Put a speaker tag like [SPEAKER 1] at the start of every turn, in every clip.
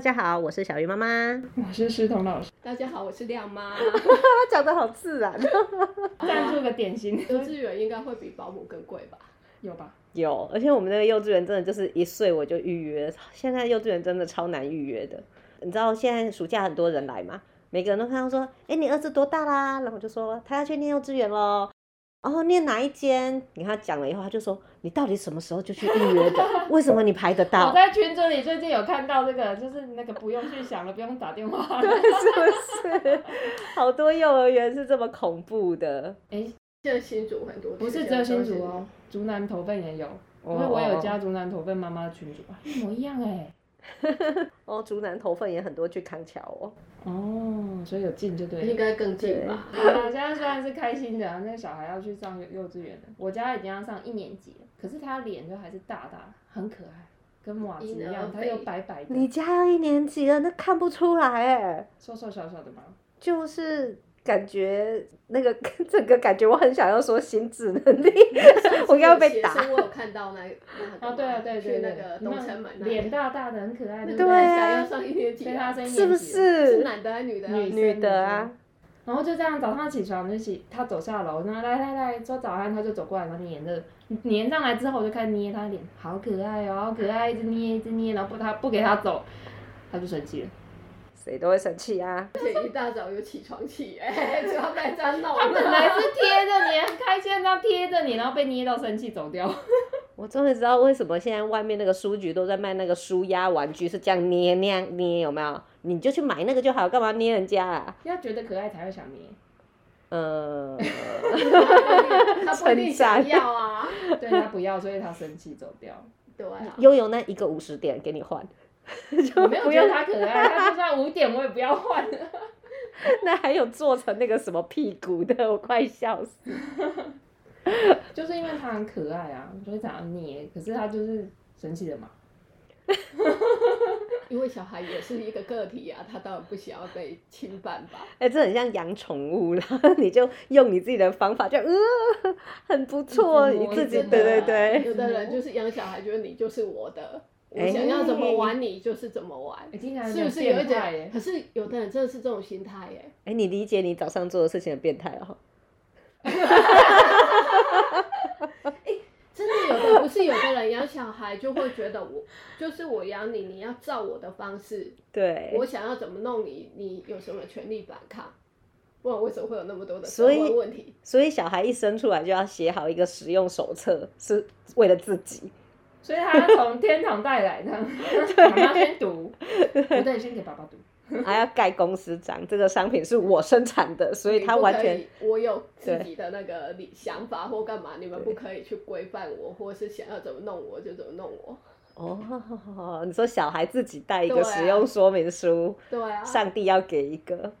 [SPEAKER 1] 家好，我是小鱼妈妈。
[SPEAKER 2] 我是诗彤 老师，
[SPEAKER 3] 大家好，我是亮妈。
[SPEAKER 1] 她讲的好自然，
[SPEAKER 2] 赞助个点心
[SPEAKER 3] 幼稚园应该会比保姆更贵吧？
[SPEAKER 2] 有吧？
[SPEAKER 1] 有，而且我们那个幼稚园真的就是一岁我就预约，现在幼稚园真的超难预约的。你知道现在暑假很多人来嘛，每个人都看到说，哎、你儿子多大啦？然后我就说他要去念幼稚园喽。然后念哪一间？你看他讲了以后，他就说你到底什么时候就去预 约的？为什么你排得到
[SPEAKER 2] 我？在群组里最近有看到这个，就是那个不用去想了，不用打电话。
[SPEAKER 1] 是不是？好多幼儿园是这么恐怖的。
[SPEAKER 3] 现在新竹很多，
[SPEAKER 2] 不是只有新竹哦，竹南头份也有，因为我有加竹南头份妈妈群组，啊一模一样哎。
[SPEAKER 1] 哦，竹南头份也很多去康桥哦。
[SPEAKER 2] 哦，所以有进就对
[SPEAKER 3] 应
[SPEAKER 2] 了。
[SPEAKER 3] 该更近吧？
[SPEAKER 2] 我现在虽然是开心的啊，那个小孩要去上幼幼稚园了，我家已经要上一年级了，可是他脸就还是大大，很可爱，跟瓦子一
[SPEAKER 3] 婴儿
[SPEAKER 2] 样，
[SPEAKER 3] 肥
[SPEAKER 2] 他又白白的，
[SPEAKER 1] 你家要一年级了，那看不出来哎，
[SPEAKER 2] 瘦瘦小小的嘛。
[SPEAKER 1] 就是感觉那个 整个感觉，我很想要说心智 能力，我应该会被打
[SPEAKER 3] 上次有学生我有看到那那个
[SPEAKER 2] 啊，对啊，对对
[SPEAKER 3] 去
[SPEAKER 2] 对，
[SPEAKER 3] 那个东城门那里
[SPEAKER 2] 脸大大的，很可爱，
[SPEAKER 3] 那
[SPEAKER 2] 对
[SPEAKER 3] 个
[SPEAKER 2] 不对？
[SPEAKER 1] 对
[SPEAKER 3] 小
[SPEAKER 1] 啊嗯
[SPEAKER 3] 要上一年级
[SPEAKER 2] 所以他
[SPEAKER 3] 啊，
[SPEAKER 2] 声音
[SPEAKER 1] 是不
[SPEAKER 3] 是
[SPEAKER 1] 是？
[SPEAKER 3] 男的还是女的啊？
[SPEAKER 2] 女
[SPEAKER 1] 女的啊，
[SPEAKER 2] 然后就这样，早上起床就起，他走下楼，然后来来来说早安，他就走过来，然后黏着，黏上来之后，我就开始捏他脸，好可爱哦，好可爱，一直捏一直捏，然后不他不给他走，他就生气了。
[SPEAKER 1] 谁都会生气啊。
[SPEAKER 3] 而且一大早有起床气， 哎，就要在这样闹啊
[SPEAKER 2] 他本来
[SPEAKER 3] 了。
[SPEAKER 2] 是贴着你，很开心，这样贴着你，然后被捏到生气走掉。
[SPEAKER 1] 我终于知道为什么现在外面那个书局都在卖那个书压玩具，是这样捏那样捏，有没有？你就去买那个就好，干嘛捏人家啊？
[SPEAKER 2] 要觉得可爱才会想捏，
[SPEAKER 1] 呃，
[SPEAKER 3] 他不一定想要啊，
[SPEAKER 2] 对他不要，所以他生气走掉。
[SPEAKER 3] 对啊，
[SPEAKER 1] 悠悠那一个五十点给你换，
[SPEAKER 2] 我没有觉得他可爱，他就算五点我也不要换了。
[SPEAKER 1] 那还有做成那个什么屁股的，我快笑死。
[SPEAKER 2] 就是因为它很可爱啊，所以想要捏，可是它就是生气了嘛。
[SPEAKER 3] 因为小孩也是一个个体啊，他当然不想要被侵犯吧。
[SPEAKER 1] 哎、这很像养宠物啦， 你就用你自己的方法，就呃，很不错，
[SPEAKER 2] 一直
[SPEAKER 1] 你
[SPEAKER 2] 摸
[SPEAKER 1] 自己
[SPEAKER 2] 一直
[SPEAKER 1] 对对
[SPEAKER 2] 摸
[SPEAKER 1] 对，
[SPEAKER 3] 啊有的人就是养小孩，觉得你就是我的，我
[SPEAKER 1] 哎
[SPEAKER 3] 想要怎 么玩你就是怎么玩，
[SPEAKER 2] 欸、听起来
[SPEAKER 3] 是不是有
[SPEAKER 2] 点
[SPEAKER 3] 一
[SPEAKER 2] 变态
[SPEAKER 3] 点？
[SPEAKER 2] 耶？
[SPEAKER 3] 可是有的人真的是这种心态耶，
[SPEAKER 1] 哎，你理解你早上做的事情很变态哦。
[SPEAKER 3] 真的有的不是有的人养小孩就会觉得我 就是我养你，你要照我的方式，
[SPEAKER 1] 对，
[SPEAKER 3] 我想要怎么弄你，你有什么权利反抗？不然为什么会有那么多的社
[SPEAKER 1] 所以
[SPEAKER 3] 会问题？
[SPEAKER 1] 所以小孩一生出来就要写好一个实用手册，是为了自己。
[SPEAKER 2] 所以它从天堂带来的， 妈妈先读，不对，先给爸爸读。
[SPEAKER 1] 还要盖公司章，这个商品是我生产的，所以它完全
[SPEAKER 3] 你不可以我有自己的那个理想法或干嘛，你们不可以去规范我，或是想要怎么弄我就怎么弄我。
[SPEAKER 1] 哦， 你说小孩自己带一个
[SPEAKER 3] 对啊
[SPEAKER 1] 使用说明书，
[SPEAKER 3] 对 啊，
[SPEAKER 1] 上帝要给一个，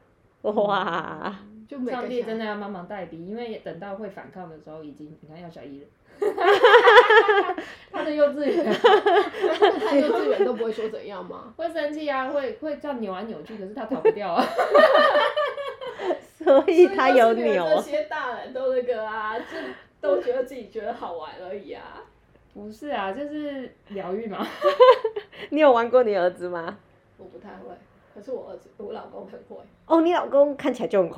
[SPEAKER 2] 嗯
[SPEAKER 1] 哇，
[SPEAKER 3] 就每个
[SPEAKER 2] 上帝
[SPEAKER 3] 小
[SPEAKER 2] 真的要帮忙代笔，因为等到会反抗的时候，已经你看要小一了。 他的幼稚园
[SPEAKER 3] 他幼稚园都不会说怎样吗？
[SPEAKER 2] 会生气啊，会会这样扭来扭去，可是他逃不掉啊。
[SPEAKER 1] 所以 他有扭
[SPEAKER 3] 这
[SPEAKER 1] 啊。
[SPEAKER 3] 些大人都那个啊，就都觉得自己觉得好玩而已啊。
[SPEAKER 2] 不是啊，就是疗愈嘛。
[SPEAKER 1] 你有玩过你儿子吗？
[SPEAKER 3] 我不太会，可是我儿子，我老公很会，
[SPEAKER 1] 哦，你老公看起来就很欸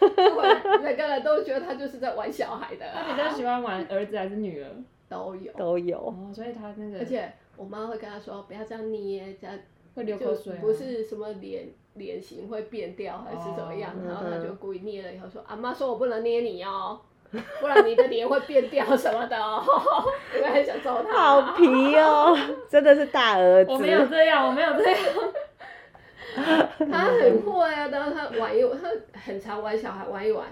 [SPEAKER 1] 会。
[SPEAKER 3] 会每个人都觉得他就是在玩小孩的、
[SPEAKER 2] 他比较
[SPEAKER 3] 啊，
[SPEAKER 2] 喜欢玩儿子还是女儿？
[SPEAKER 3] 都有。
[SPEAKER 1] 都有。
[SPEAKER 2] 哦，所以他那个
[SPEAKER 3] 而且我妈会跟他说，不要这样捏，这样
[SPEAKER 2] 会流
[SPEAKER 3] 就
[SPEAKER 2] 口水、啊，
[SPEAKER 3] 不是什么脸脸型会变掉还是怎么样，
[SPEAKER 1] 哦
[SPEAKER 3] 然后
[SPEAKER 1] 嗯
[SPEAKER 3] 他
[SPEAKER 1] 哼
[SPEAKER 3] 就故意捏了以后说，阿妈说我不能捏你哦。不然你的脸会变掉什么的哦，我也很想揍他。
[SPEAKER 1] 好皮 哦，真的是大儿子。
[SPEAKER 2] 我没有这样，我没有这样。
[SPEAKER 3] 他很会啊，然后他玩一玩，他很常玩小孩玩一玩，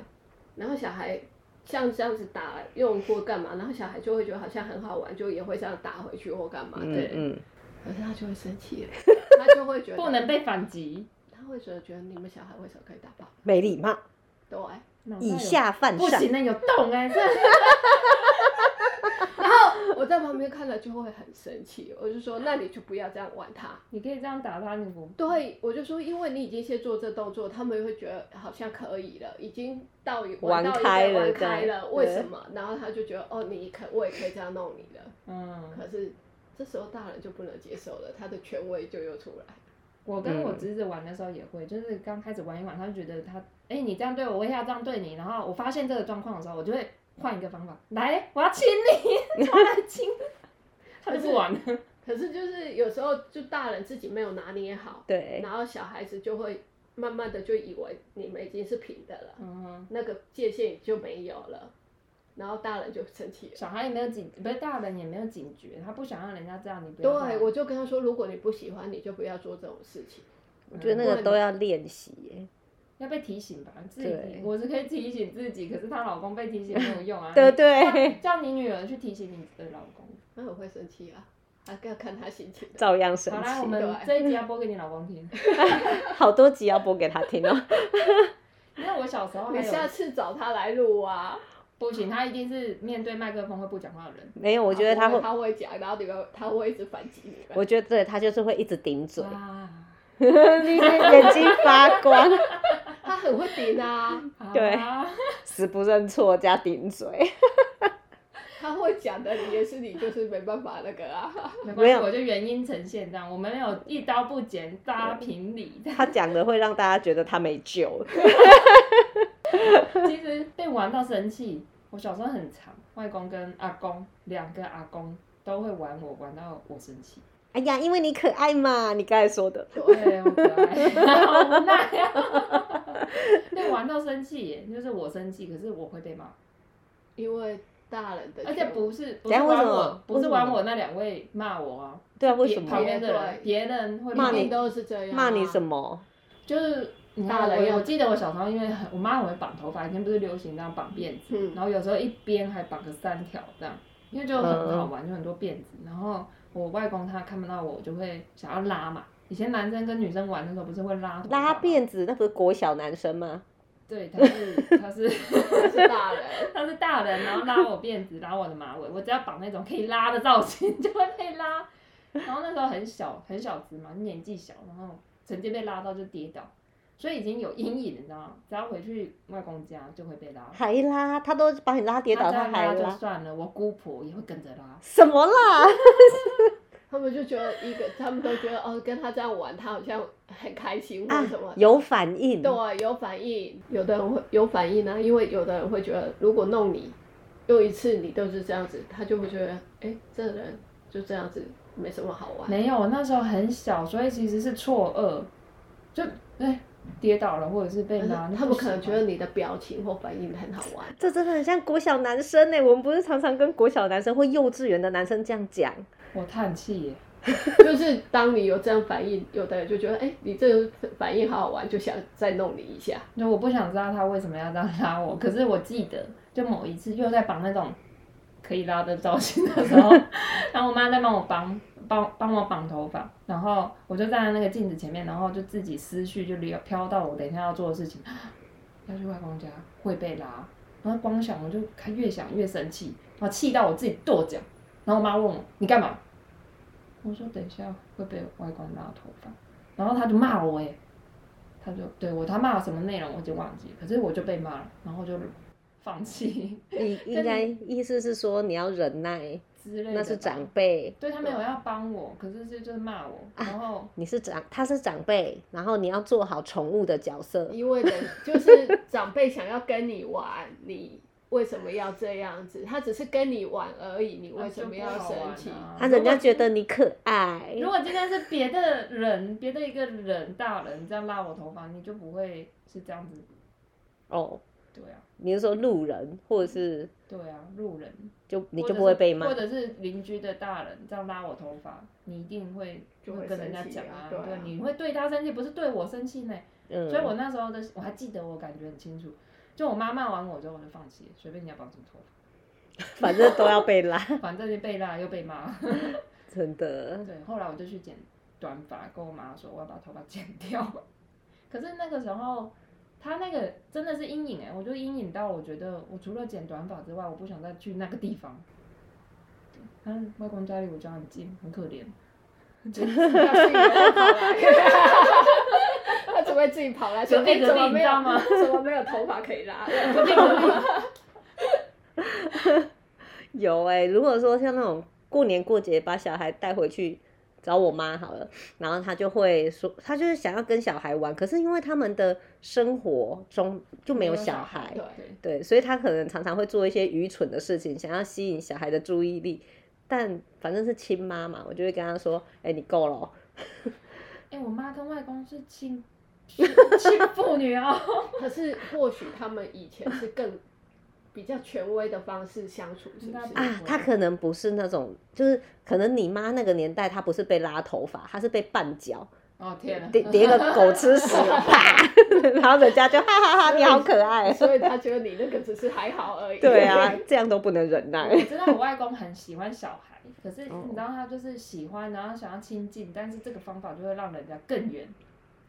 [SPEAKER 3] 然后小孩像这样子打用或干嘛，然后小孩就会觉得好像很好玩，就也会这样打回去或干嘛的，
[SPEAKER 1] 嗯嗯，
[SPEAKER 3] 可是他就会生气了，他就会觉得
[SPEAKER 2] 不能，被反击。
[SPEAKER 3] 他会觉得觉得你们小孩为什么可以打爸爸？
[SPEAKER 1] 没礼貌，
[SPEAKER 3] 对，
[SPEAKER 1] 以下犯
[SPEAKER 2] 不
[SPEAKER 1] 上。
[SPEAKER 2] 行，那有洞哎、这
[SPEAKER 3] 然后我在旁边看了就会很生气，我就说那你就不要这样玩他。
[SPEAKER 2] 你可以这样打他，你 不
[SPEAKER 3] 对，我就说，因为你已经先做这动作，他们会觉得好像可以了，已经到一玩到
[SPEAKER 1] 玩
[SPEAKER 3] 一个
[SPEAKER 1] 开了
[SPEAKER 3] 玩开
[SPEAKER 1] 对
[SPEAKER 3] 了，为什么？然后他就觉得，哦，你可我也可以这样弄你了。
[SPEAKER 2] 嗯，
[SPEAKER 3] 可是这时候大人就不能接受了，他的权威就又出来。
[SPEAKER 2] 我跟我
[SPEAKER 1] 嗯
[SPEAKER 2] 侄子玩的时候也会，就是刚开始玩一玩，他就觉得他，哎、你这样对我，我也要这样对你。然后我发现这个状况的时候，我就会换一个方法，来，我要亲 你，我来亲，他就不玩了。
[SPEAKER 3] 可是就是有时候就大人自己没有拿捏好，
[SPEAKER 1] 对，
[SPEAKER 3] 然后小孩子就会慢慢的就以为你们已经是平的了，
[SPEAKER 2] 嗯哼，
[SPEAKER 3] 那个界限就没有了，然后大人就生气了。
[SPEAKER 2] 小孩也没有警，不是大人也没有警觉，他不想让人家这样，你不要这
[SPEAKER 3] 对，
[SPEAKER 2] 样
[SPEAKER 3] 我就跟他说，如果你不喜欢，你就不要做这种事情。
[SPEAKER 1] 我觉得那个都要练习耶。
[SPEAKER 2] 要被提醒吧，自己
[SPEAKER 1] 对，
[SPEAKER 2] 我是可以提醒自己，可是她老公被提醒没有用啊
[SPEAKER 1] 对对，
[SPEAKER 2] 叫叫你女儿去提醒你的老公。
[SPEAKER 3] 那我会生气啊，啊，要看他心情的。
[SPEAKER 1] 照样生
[SPEAKER 2] 好啦，我
[SPEAKER 1] 气，
[SPEAKER 2] 们这一集要播给你老公 听。
[SPEAKER 1] 好多集要播给他听哦。
[SPEAKER 2] 因为我小时候还
[SPEAKER 3] 你下
[SPEAKER 2] 有
[SPEAKER 3] 次找他来录啊。
[SPEAKER 2] 不行，他一定是面对麦克风会不讲话的人。
[SPEAKER 1] 没有，我觉得
[SPEAKER 3] 他
[SPEAKER 1] 他会，
[SPEAKER 3] 他会讲，然后你们他会一直反击你们。
[SPEAKER 1] 我觉得对他就是会一直顶嘴，
[SPEAKER 2] 哇，
[SPEAKER 1] 你眼睛发光，
[SPEAKER 3] 他很会顶啊，
[SPEAKER 2] 好
[SPEAKER 1] 对
[SPEAKER 2] 吧
[SPEAKER 1] 死不认错加顶嘴。
[SPEAKER 3] 他会讲的，你也是你就是没办法那个啊。
[SPEAKER 2] 没
[SPEAKER 1] 没
[SPEAKER 2] 关系，
[SPEAKER 1] 有
[SPEAKER 2] 我就原因呈现这样，我们没有一刀不剪，大家评 理。
[SPEAKER 1] 他讲的会让大家觉得他没救了。
[SPEAKER 2] 其实被玩到生气，我小时候很长，外公跟阿公两个阿公都会玩我，玩到我生气。
[SPEAKER 1] 哎呀，因为你可爱嘛，你刚才说的。
[SPEAKER 2] 对，我可爱， 好无奈 啊！被玩到生气耶，就是我生气，可是我会被骂，
[SPEAKER 3] 因为大人的，
[SPEAKER 2] 而且不是不
[SPEAKER 1] 等一
[SPEAKER 2] 是
[SPEAKER 1] 下为什
[SPEAKER 2] 玩
[SPEAKER 1] 么
[SPEAKER 2] 我，不
[SPEAKER 1] 为
[SPEAKER 2] 是
[SPEAKER 1] 什么
[SPEAKER 2] 玩我那两位骂我啊，
[SPEAKER 1] 对啊，为
[SPEAKER 2] 别
[SPEAKER 1] 什
[SPEAKER 2] 旁
[SPEAKER 1] 么
[SPEAKER 2] 边的人
[SPEAKER 3] 对
[SPEAKER 2] 别人会
[SPEAKER 1] 骂
[SPEAKER 3] 一
[SPEAKER 1] 你
[SPEAKER 3] 定都是这样、啊。
[SPEAKER 1] 骂你什？么？
[SPEAKER 2] 就是你
[SPEAKER 3] 大
[SPEAKER 2] 看
[SPEAKER 3] 人
[SPEAKER 2] 我，
[SPEAKER 3] 要
[SPEAKER 2] 我记得我小时候，因为很我妈很会绑头发，以前不是流行那样绑辫子，
[SPEAKER 3] 嗯，
[SPEAKER 2] 然后有时候一边还绑个三条这样，因为就
[SPEAKER 1] 嗯
[SPEAKER 2] 很好玩，就很多辫子。然后我外公他看不到我，就会想要拉嘛。以前男生跟女生玩的时候不是会拉头发吗
[SPEAKER 1] 拉辫子，那不是国小男生吗？
[SPEAKER 2] 对，他是他是。
[SPEAKER 3] 他是大人
[SPEAKER 2] 他是大人，然后拉我辫子，拉我的马尾，我只要绑那种可以拉的造型， 就会被拉。然后那时候很小很小只嘛，年纪小，然后直接被拉到就跌倒，所以已经有阴影了，你知道吗？只要回去外公家就会被拉，
[SPEAKER 1] 还拉，他都把你拉跌倒，
[SPEAKER 2] 他
[SPEAKER 1] 他
[SPEAKER 2] 再
[SPEAKER 1] 还
[SPEAKER 2] 就
[SPEAKER 1] 拉，
[SPEAKER 2] 算了，我姑婆也会跟着拉。
[SPEAKER 1] 什么 啦？
[SPEAKER 3] 他们就觉得一个，他们都觉得哦，跟他这样玩，他好像很开心或
[SPEAKER 1] 啊
[SPEAKER 3] 什么。，
[SPEAKER 1] 有反
[SPEAKER 2] 嗯
[SPEAKER 1] 应。
[SPEAKER 2] 啊
[SPEAKER 3] 对，啊有反应，有的人会有反应呢、啊因为有的人会觉得，如果弄你用一次，你都是这样子，他就会觉得，哎，这人就这样子，没什么好玩。
[SPEAKER 2] 没有，我那时候很小，所以其实是错愕，就哎跌倒了或者是被
[SPEAKER 3] 但是
[SPEAKER 2] 拉，那
[SPEAKER 3] 呃他
[SPEAKER 2] 不
[SPEAKER 3] 们可能
[SPEAKER 2] 行
[SPEAKER 3] 觉
[SPEAKER 2] 吗
[SPEAKER 3] 得你的表情或反应很好 玩，
[SPEAKER 1] 这真的很像国小男生呢、我们不是常常跟国小男生或幼稚园的男生这样讲，
[SPEAKER 2] 我叹气耶，
[SPEAKER 3] 就是当你有这样反应，有的人就觉得，哎，你这个反应好好玩，就想再弄你一下。
[SPEAKER 2] 就我不想知道他为什么要这样拉我，可是我记得就某一次又在绑那种可以拉的造型的时候，然后我妈在帮我绑帮帮我绑头发，然后我就站在那个镜子前面，然后就自己思绪就流飘到我等一下要做的事情，要去外公家会被拉，然后光想我就开越想越生气，然后气到我自己跺脚，然后我妈问我你干嘛？我说等一下会被外公拉头发，然后他就骂我哎、他就对我他骂了什么内容我已经忘记了，可是我就被骂了，然后就放弃
[SPEAKER 1] 你应该意思是说你要忍耐，
[SPEAKER 2] 之类的吧。
[SPEAKER 1] 那是长啊辈，
[SPEAKER 2] 对他没有要帮我，可是是就是骂我，然
[SPEAKER 3] 啊
[SPEAKER 2] 后
[SPEAKER 1] 你是长，他是长辈，然后你要做好宠物的角
[SPEAKER 2] 哎
[SPEAKER 1] 色，
[SPEAKER 3] 因 为人就是长辈想要跟你玩，你为什么要这样子？他只是跟你玩而已，你为什么要生气？
[SPEAKER 1] 他
[SPEAKER 2] 啊
[SPEAKER 1] 人家觉得你可爱
[SPEAKER 2] 如。果今天是别的人，别的一个人大人这样拉我头发，你就不会是这样子，
[SPEAKER 1] 哦，
[SPEAKER 2] 对啊，
[SPEAKER 1] 你是说路人或者是
[SPEAKER 2] 对啊，路人
[SPEAKER 1] 就你
[SPEAKER 2] 或
[SPEAKER 1] 就
[SPEAKER 2] 者
[SPEAKER 1] 不会
[SPEAKER 2] 是
[SPEAKER 1] 被骂
[SPEAKER 2] 或？者是邻居的大人这样拉我头发，你一定会
[SPEAKER 3] 就会
[SPEAKER 2] 跟人家
[SPEAKER 3] 生气
[SPEAKER 2] 讲
[SPEAKER 3] 啊对啊
[SPEAKER 2] 对，你会对他生气，不是对我生气呢。
[SPEAKER 1] 嗯，
[SPEAKER 2] 所以我那时候的我还记得，我感觉很清楚。就我妈骂完我之后，我就放弃了，随便人家绑什么头
[SPEAKER 1] 反正都要被拉，
[SPEAKER 2] 发，反正就被骂又被骂。
[SPEAKER 1] 真的。
[SPEAKER 2] 对，后来我就去剪短发，跟我妈说我要把头发剪掉。 可是那个时候，她那个真的是阴影哎、我就阴影到我觉得我除了剪短发之外，我不想再去那个地方。嗯，外公家离我家很近，很可怜。
[SPEAKER 3] 他只会自己跑来说：“
[SPEAKER 2] 隔壁
[SPEAKER 3] 哎，
[SPEAKER 2] 隔壁
[SPEAKER 3] 怎么
[SPEAKER 2] 你
[SPEAKER 3] 没
[SPEAKER 2] 知
[SPEAKER 3] 有
[SPEAKER 2] 道吗？
[SPEAKER 3] 怎么没有头发可以拉？”
[SPEAKER 1] 欸有哎、如果说像那种过年过节把小孩带回去找我妈好了，然后她就会说，她就是想要跟小孩玩，可是因为他们的生活中就没有小孩，
[SPEAKER 2] 对
[SPEAKER 3] 对，
[SPEAKER 1] 对，所以她可能常常会做一些愚蠢的事情，想要吸引小孩的注意力。但反正是亲妈嘛，我就会跟她说：“哎、你够了哦、
[SPEAKER 2] 哎、我妈跟外公是亲亲亲父女哦。
[SPEAKER 3] 可是或许他们以前是更比较权威的方式相处，是
[SPEAKER 2] 应
[SPEAKER 3] 不
[SPEAKER 2] 该
[SPEAKER 3] 是？
[SPEAKER 2] 吧
[SPEAKER 1] 啊，她可能不是那种，就是可能你妈那个年代，她不是被拉头发，她是被绊脚，
[SPEAKER 2] 哦天哪！
[SPEAKER 1] 叠叠个狗吃屎，啪，然后人家就哈哈哈，你好可爱。
[SPEAKER 3] 所以他觉得你那个只是还好而已。
[SPEAKER 1] 对啊，这样都不能忍耐
[SPEAKER 2] 我。知道我外公很喜欢小孩，可是
[SPEAKER 1] 哦
[SPEAKER 2] 你知道他就是喜欢，然后想要亲近，但是这个方法就会让人家更远。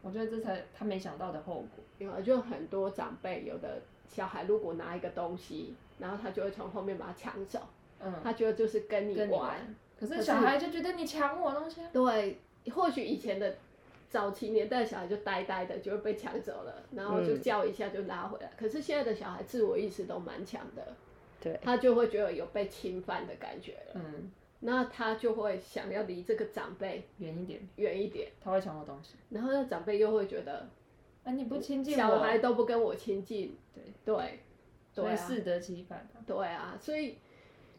[SPEAKER 2] 我觉得这才他没想到的后果。
[SPEAKER 3] 有啊，就很多长辈，有的小孩如果拿一个东西，然后他就会从后面把它抢走，
[SPEAKER 2] 嗯，
[SPEAKER 3] 他觉得就是跟你
[SPEAKER 2] 跟你玩。可是小孩就觉得你抢我东西啊，
[SPEAKER 3] 对，或许以前的早期年代的小孩就呆呆的，就会被抢走了，然后就
[SPEAKER 1] 嗯
[SPEAKER 3] 叫一下就拉回来。
[SPEAKER 2] 嗯
[SPEAKER 3] 可是现在的小孩自我意识都蛮强的，
[SPEAKER 1] 对，
[SPEAKER 3] 他就会觉得有被侵犯的感觉了，
[SPEAKER 2] 嗯，
[SPEAKER 3] 那他就会想要离这个长辈
[SPEAKER 2] 远一点，
[SPEAKER 3] 远一点，
[SPEAKER 2] 他会抢我东西。
[SPEAKER 3] 然后那长辈又会觉得
[SPEAKER 2] 啊，你不亲近我，
[SPEAKER 3] 小孩都不跟我亲近，
[SPEAKER 2] 对，
[SPEAKER 3] 对，对
[SPEAKER 2] 所
[SPEAKER 3] 啊
[SPEAKER 2] 以适得其反啊。
[SPEAKER 3] 对啊，所以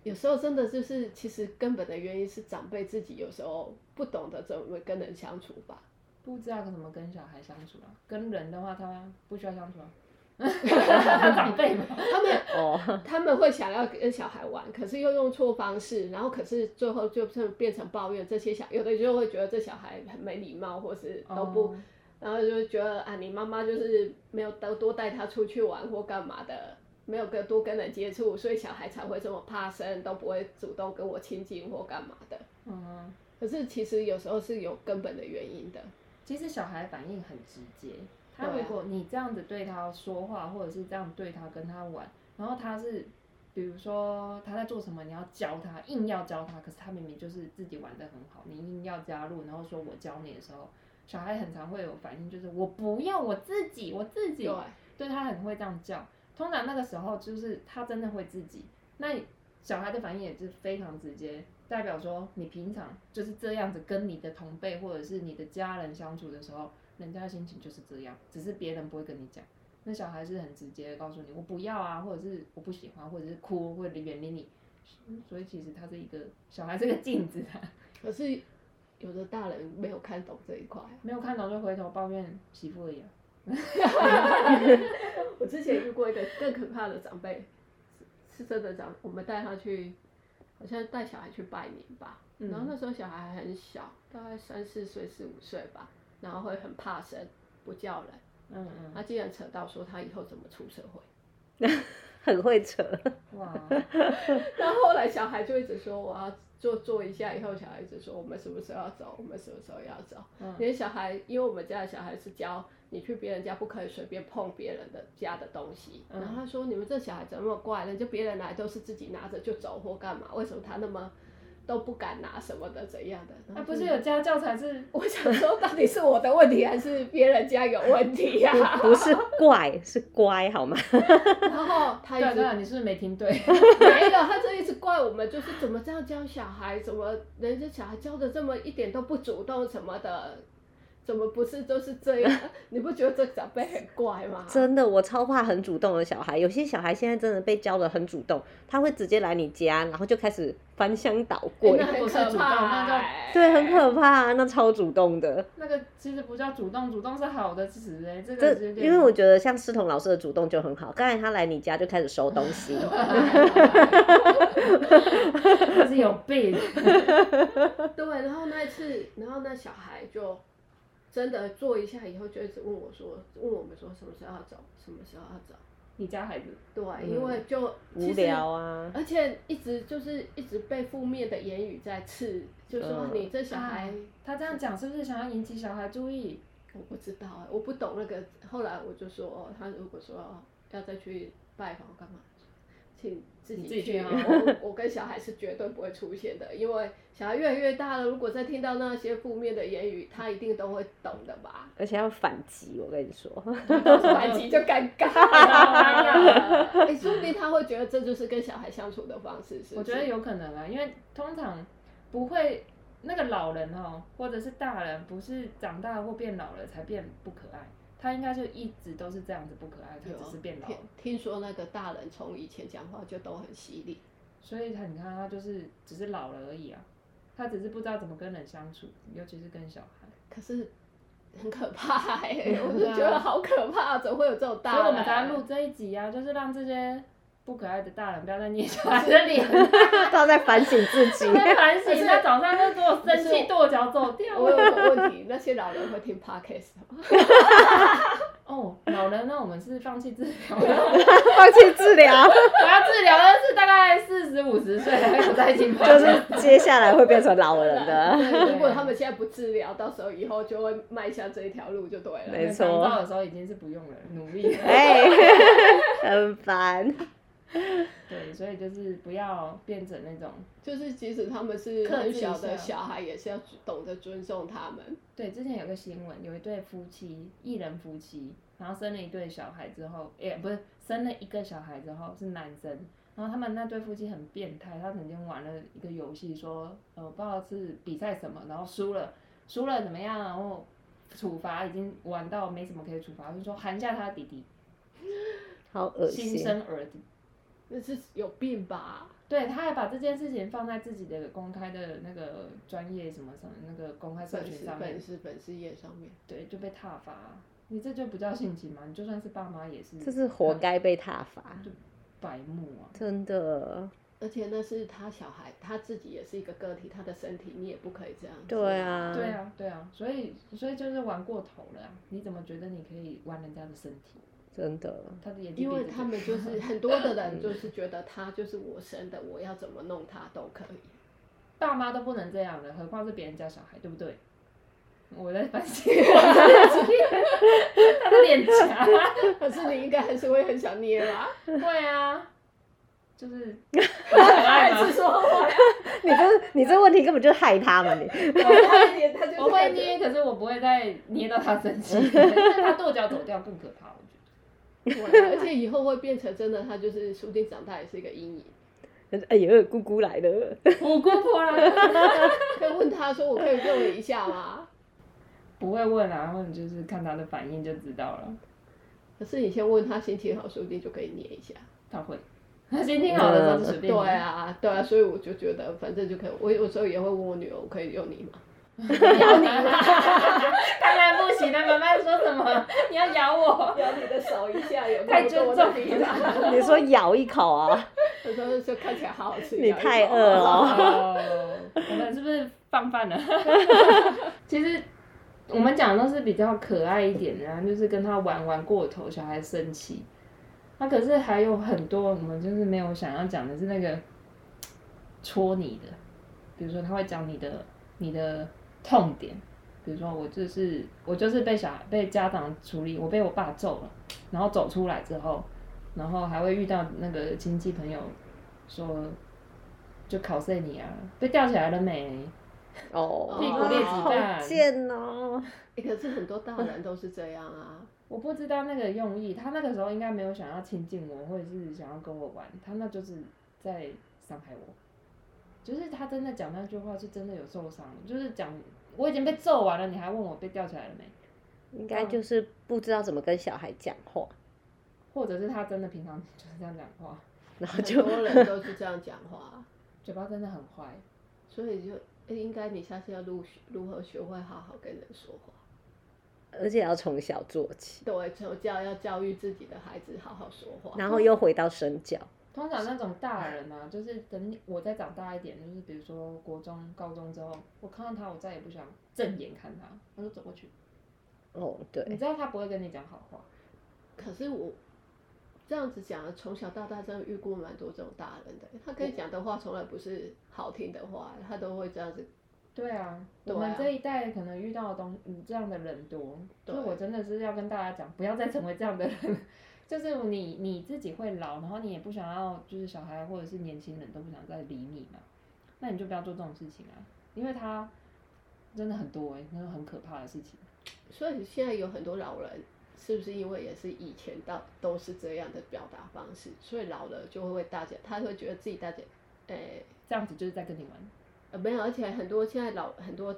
[SPEAKER 3] 有时候真的就是，其实根本的原因是长辈自己有时候不懂得怎么跟人相处吧。
[SPEAKER 2] 不知道怎么跟小孩相处啊，跟人的话他不需要相处啊， 他长辈嘛。
[SPEAKER 3] 他们
[SPEAKER 1] 哦，
[SPEAKER 3] 他们会想要跟小孩玩，可是又用错方式，然后可是最后就变变成抱怨。这些小有的就会觉得这小孩很没礼貌，或是都不，
[SPEAKER 2] 哦
[SPEAKER 3] 然后就觉得啊，你妈妈就是没有多多带他出去玩或干嘛的。没有跟多跟人接触，所以小孩才会这么怕生，都不会主动跟我亲近或干嘛的。
[SPEAKER 2] 嗯，
[SPEAKER 3] 可是其实有时候是有根本的原因的。
[SPEAKER 2] 其实小孩反应很直接，他
[SPEAKER 3] 对啊
[SPEAKER 2] 如果你这样子对他说话，或者是这样对他跟他玩，然后他是，比如说他在做什么，你要教他，硬要教他，可是他明明就是自己玩的很好，你硬要加入，然后说我教你的时候，小孩很常会有反应，就是我不要，我自己，我自己，
[SPEAKER 3] 对，啊
[SPEAKER 2] 对他很会这样叫。通常那个时候就是他真的会自己，那小孩的反应也是非常直接，代表说你平常就是这样子跟你的同辈或者是你的家人相处的时候，人家的心情就是这样，只是别人不会跟你讲。那小孩是很直接的告诉你，我不要啊，或者是我不喜欢，或者是哭，或者远离你。所以其实他是一个小孩，是个镜子啊，
[SPEAKER 3] 可是有的大人没有看懂这一块。
[SPEAKER 2] 没有看懂就回头抱怨媳妇而已啊。
[SPEAKER 3] 我之前遇过一个更可怕的长辈，是是真的长，我们带他去，好像带小孩去拜年吧。
[SPEAKER 2] 嗯
[SPEAKER 3] 然后那时候小孩还很小，大概三四岁、四五岁吧，然后会很怕生，不叫人。
[SPEAKER 2] 嗯嗯，
[SPEAKER 3] 他竟然扯到说他以后怎么出社会。
[SPEAKER 1] 很会扯。
[SPEAKER 2] 哇，
[SPEAKER 3] 然后后来小孩就一直说我要做做一下，以后小孩一直说我们什么时候要走，我们什么时候要走。
[SPEAKER 2] 嗯
[SPEAKER 3] 连小孩，因为我们家的小孩是教你去别人家不可以随便碰别人的家的东西。
[SPEAKER 2] 嗯
[SPEAKER 3] 然后他说你们这小孩怎么那么怪呢？就别人来都是自己拿着就走或干嘛，为什么他那么都不敢拿什么的怎样的？
[SPEAKER 1] 嗯
[SPEAKER 2] 那、
[SPEAKER 3] 然后
[SPEAKER 2] 啊不
[SPEAKER 3] 就是
[SPEAKER 2] 有家教才是
[SPEAKER 3] 我想说，到底是我的问题还是别人家有问题呀、
[SPEAKER 1] 不是怪，是乖，好吗？
[SPEAKER 3] 然后
[SPEAKER 2] 对
[SPEAKER 3] 他一
[SPEAKER 2] 啊
[SPEAKER 3] 直
[SPEAKER 2] 对啊，你是不是没听对？
[SPEAKER 3] 没有，他这一直怪我们，就是怎么这样教小孩，怎么人家小孩教的这么一点都不主动什么的，怎么不是都是这样？你不觉得这长辈很怪吗？
[SPEAKER 1] 真的，我超怕很主动的小孩。有些小孩现在真的被教的很主动，他会直接来你家，然后就开始翻箱倒
[SPEAKER 3] 欸
[SPEAKER 1] 柜，
[SPEAKER 3] 那很
[SPEAKER 2] 不是
[SPEAKER 3] 可
[SPEAKER 2] 主动
[SPEAKER 3] 怕、
[SPEAKER 2] 那叫
[SPEAKER 3] 欸，
[SPEAKER 1] 对，很可怕，啊那超主动的。
[SPEAKER 2] 那个其实不叫主动，主动是好的词哎、这
[SPEAKER 1] 这
[SPEAKER 2] 个
[SPEAKER 1] 因为我
[SPEAKER 2] 得
[SPEAKER 1] 觉得像思彤老师的主动就很好，刚才他来你家就开始收东 西，
[SPEAKER 2] 他是有病，
[SPEAKER 3] 对，然后那一次，然后那小孩就真的做一下以后，就一直问我说，问我们说什么时候要走，什么时候要走。
[SPEAKER 2] 你家孩子
[SPEAKER 3] 对，因为就、
[SPEAKER 1] 嗯无聊啊。
[SPEAKER 3] 而且一直就是一直被负面的言语在刺，就说
[SPEAKER 1] 嗯
[SPEAKER 3] 你这小孩。
[SPEAKER 2] 啊他这样讲是不是想要引起小孩注意？
[SPEAKER 3] 我不知道欸，我不懂那个。后来我就说，哦他如果说要再去拜访干嘛，请自己
[SPEAKER 2] 你自己去
[SPEAKER 3] 啊
[SPEAKER 2] 啊。
[SPEAKER 3] 我我跟小孩是绝对不会出现的，因为小孩越来越大了，如果再听到那些负面的言语，他一定都会懂的吧？
[SPEAKER 1] 而且要反击，我跟你说，
[SPEAKER 3] 到时候反击就尴尬。 哎、说不定他会觉得这就是跟小孩相处的方式，是不是？
[SPEAKER 2] 我觉得有可能啊，因为通常不会那个老人哦，或者是大人，不是长大或变老了才变不可爱，他应该就一直都是这样子不可爱，他
[SPEAKER 3] 有
[SPEAKER 2] 只是变老
[SPEAKER 3] 哦听
[SPEAKER 2] 了。
[SPEAKER 3] 听说那个大人从以前讲话就都很犀利，
[SPEAKER 2] 所以他你看他就是只是老了而已啊，他只是不知道怎么跟人相处，尤其是跟小孩。，
[SPEAKER 3] 可是很可怕欸我就觉得好可怕，怎么会有这种大
[SPEAKER 2] 所
[SPEAKER 3] 人？
[SPEAKER 2] 以我们才要录这一集啊，就是让这些不可爱的大人不要再捏小孩的脸，
[SPEAKER 1] 他在反省自己
[SPEAKER 2] 他。在反
[SPEAKER 3] 不是
[SPEAKER 2] 省，他早上就给我生
[SPEAKER 3] 不是
[SPEAKER 2] 气，跺脚走掉
[SPEAKER 3] 我
[SPEAKER 2] 了。
[SPEAKER 3] 有个问题，那些老人会听 podcast 吗？
[SPEAKER 2] 哦，老人呢，我们是放弃治疗了。
[SPEAKER 1] 放弃治疗，
[SPEAKER 2] 我要治疗的是大概四十五十岁还会有在进 步。
[SPEAKER 1] 就是接下来会变成老人 的。
[SPEAKER 3] 对如果他们现在不治疗，到时候以后就会迈向这一条路就对了。
[SPEAKER 1] 没错
[SPEAKER 2] 到的时候已经是不用了，努力。
[SPEAKER 1] 哎，很烦。
[SPEAKER 2] 对，所以就是不要变成那种
[SPEAKER 3] 就是即使他们是
[SPEAKER 2] 克制
[SPEAKER 3] 很
[SPEAKER 2] 一下
[SPEAKER 3] 小的小孩，也是要懂得尊重他们。
[SPEAKER 2] 对，之前有个新闻，有一对夫妻，一人夫妻，然后生了一对小孩之后，也不是生了一个小孩之后是男生，然后他们那对夫妻很变态，他曾经玩了一个游戏，说呃不知道是比赛什么，然后输了，输了怎么样，然后处罚已经玩到没什么可以处罚，就说含下他弟弟，
[SPEAKER 1] 好恶
[SPEAKER 2] 新
[SPEAKER 1] 心！
[SPEAKER 2] 生儿子。
[SPEAKER 3] 那是有病吧？
[SPEAKER 2] 对，他还把这件事情放在自己的公开的那个专业什么什么那个公开社
[SPEAKER 3] 粉
[SPEAKER 2] 群
[SPEAKER 3] 丝
[SPEAKER 2] 上面
[SPEAKER 3] 粉，丝粉丝页上面，
[SPEAKER 2] 对，就被挞伐。你这就不叫性侵嘛？你就算是爸妈也是，
[SPEAKER 1] 这是活该被挞伐，
[SPEAKER 2] 白目啊！
[SPEAKER 1] 真的。
[SPEAKER 3] 而且那是他小孩，他自己也是一个个体，他的身体你也不可以这样。
[SPEAKER 1] 对，啊，
[SPEAKER 2] 对啊，对啊，所以所以就是玩过头了啊、你怎么觉得你可以玩人家的身体？
[SPEAKER 1] 真的。
[SPEAKER 2] 他的眼睛
[SPEAKER 3] 因为
[SPEAKER 2] 闭着
[SPEAKER 3] 他们就是很多的人就是觉得他就是我生的，我要怎么弄他都可以。
[SPEAKER 2] 爸妈都不能这样的，何况是别人家小孩，对不对？我在反 省我自己，他的脸颊，
[SPEAKER 3] 可是你应该还是会很想捏吧？
[SPEAKER 2] 对啊， 就是很可爱
[SPEAKER 3] 还
[SPEAKER 2] 嘛
[SPEAKER 3] 是。说我
[SPEAKER 1] 你这你这问题根本就是害他嘛！你
[SPEAKER 3] 他也他就是
[SPEAKER 2] 我会
[SPEAKER 3] 感觉
[SPEAKER 2] 捏，可是我不会再捏到他生气，他跺脚走掉更可怕，我觉得。
[SPEAKER 3] 对啊而且以后会变成真的，他就是说不定长大也是一个阴影。
[SPEAKER 1] 哎呦，姑姑来了，
[SPEAKER 2] 我姑婆啊啦，
[SPEAKER 3] 可以问他说：“我可以用你一下吗
[SPEAKER 2] 不会问啊，或者就是看他的反应就知道了。？”
[SPEAKER 3] 可是你先问他心情好，说不定就可以捏一下。
[SPEAKER 2] 他会，他心情好的时候就随
[SPEAKER 3] 对
[SPEAKER 2] 便。，
[SPEAKER 3] 啊，对啊，所以我就觉得反正就可以。我有时候也会问我女儿：“我可以用你吗
[SPEAKER 2] 咬你吗？当然不行啊！妈妈说什么？ 你要咬？”我？
[SPEAKER 3] 咬你的手一下，有
[SPEAKER 2] 太尊重你了
[SPEAKER 3] 了。
[SPEAKER 1] 你说咬一口啊？
[SPEAKER 3] 我说说看起来好好吃。
[SPEAKER 1] 你
[SPEAKER 3] 咬一口
[SPEAKER 1] 太饿了
[SPEAKER 2] 哦，我们是不是放饭了？其实我们讲的都是比较可爱一点的、啊，就是跟他玩玩过头，小孩生气。那、可是还有很多我们就是没有想要讲的是那个戳你的，比如说他会讲你的你的痛点，比如说我就是我就是被小孩被家长处理，我被我爸揍了，然后走出来之后，然后还会遇到那个亲戚朋友说。就考碎你啊！被吊起来了没？
[SPEAKER 1] 哦，
[SPEAKER 3] 屁股
[SPEAKER 2] 裂子弹
[SPEAKER 1] 好贱哦！
[SPEAKER 3] 欸可是很多大人都是这样啊。
[SPEAKER 2] 我不知道那个用意，他那个时候应该没有想要亲近我，或者是想要跟我玩，他那就是在伤害我。就是他真的讲那句话，是真的有受伤，就是讲我已经被揍完了，你还问我被吊起来了没？
[SPEAKER 1] 应该就是不知道怎么跟小孩讲话，
[SPEAKER 2] 或者是他真的平常就是这样讲话，
[SPEAKER 1] 然后
[SPEAKER 3] 很
[SPEAKER 1] 就
[SPEAKER 3] 多人都是这样讲话，
[SPEAKER 2] 嘴巴真的很坏。
[SPEAKER 3] 所以就欸应该你下次要如如何学会好好跟人说话。
[SPEAKER 1] 而且要从小做起，
[SPEAKER 3] 对，从教要教育自己的孩子好好说话。
[SPEAKER 1] 然后又回到身教。
[SPEAKER 2] 通常那种大人啊，就是等你我再长大一点，就是比如说国中、高中之后，我看到他，我再也不想正眼看他，我就走过去。
[SPEAKER 1] 哦，
[SPEAKER 2] 你
[SPEAKER 3] 嗯
[SPEAKER 1] 对，
[SPEAKER 2] 知道他不会跟你讲好话，
[SPEAKER 3] 可是我这样子讲，从小到大真的遇过蛮多这种大人的，他跟你讲的话从来不是好听的话，他都会这样子。
[SPEAKER 2] 对啊，我
[SPEAKER 3] 对啊
[SPEAKER 2] 们这一代可能遇到的东嗯这样的人多，所
[SPEAKER 3] 对
[SPEAKER 2] 以我真的是要跟大家讲，不要再成为这样的人。 就是你你自己会老，然后你也不想要，就是小孩或者是年轻人都不想再理你嘛，那你就不要做这种事情啊，因为他真的很多哎、那是很可怕的事情。
[SPEAKER 3] 所以现在有很多老人，是不是因为也是以前到都是这样的表达方式，所以老了就会大家，他会觉得自己大家，诶、
[SPEAKER 2] 这样子就是在跟你玩，
[SPEAKER 3] 呃，没有，而且很多现在老很多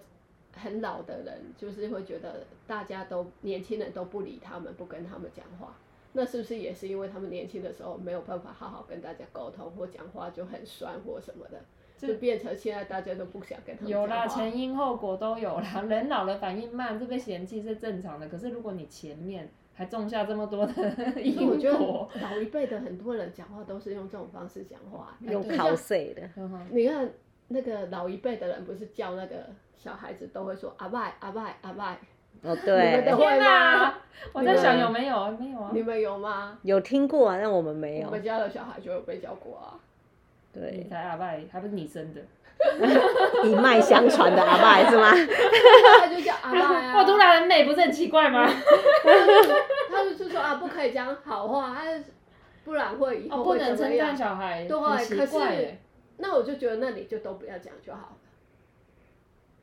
[SPEAKER 3] 很老的人，就是会觉得大家都年轻人都不理他们，不跟他们讲话。那是不是也是因为他们年轻的时候没有办法好好跟大家沟通，或讲话就很酸或什么的，
[SPEAKER 2] 这
[SPEAKER 3] 就变成现在大家都不想跟他们
[SPEAKER 2] 有
[SPEAKER 3] 讲
[SPEAKER 2] 啦，
[SPEAKER 3] 话。
[SPEAKER 2] 前因后果都有啦。人老了反应慢，这被嫌弃是正常的。可是如果你前面还种下这么多的
[SPEAKER 3] 所以我
[SPEAKER 2] 因
[SPEAKER 3] 觉得
[SPEAKER 2] 果，
[SPEAKER 3] 老一辈的很多人讲话都是用这种方式讲话，
[SPEAKER 1] 用
[SPEAKER 3] 就像
[SPEAKER 1] 考碎 的，
[SPEAKER 2] 嗯哼
[SPEAKER 3] 你看那个老一辈的人，不是叫那个小孩子都会说阿拜阿拜阿拜，
[SPEAKER 1] 哦
[SPEAKER 3] 你们
[SPEAKER 1] 对
[SPEAKER 3] 都，会
[SPEAKER 2] 天
[SPEAKER 3] 吗
[SPEAKER 2] 哪！我在想
[SPEAKER 3] 你们
[SPEAKER 2] 有没有没有啊
[SPEAKER 3] 你？们有吗？
[SPEAKER 1] 有听过啊，但我们没
[SPEAKER 3] 我
[SPEAKER 1] 有
[SPEAKER 3] 们。家的小孩就有被叫过啊。
[SPEAKER 2] 你
[SPEAKER 1] 对，
[SPEAKER 2] 才阿拜，还不是你生的？
[SPEAKER 1] 一脉相传的阿爸是吗？
[SPEAKER 3] 他就叫阿爸 啊。
[SPEAKER 2] 我突然很美，不是很奇怪吗？
[SPEAKER 3] 他就就说啊，不可以讲好话，他不然会以
[SPEAKER 2] 哦，
[SPEAKER 3] 后
[SPEAKER 2] 不
[SPEAKER 3] 会
[SPEAKER 2] 能
[SPEAKER 3] 怎
[SPEAKER 2] 称
[SPEAKER 3] 么
[SPEAKER 2] 赞
[SPEAKER 3] 样。
[SPEAKER 2] 小孩，
[SPEAKER 3] 对
[SPEAKER 2] 很奇
[SPEAKER 3] 可是
[SPEAKER 2] 怪 耶。
[SPEAKER 3] 那我就觉得，那你就都不要讲就好了。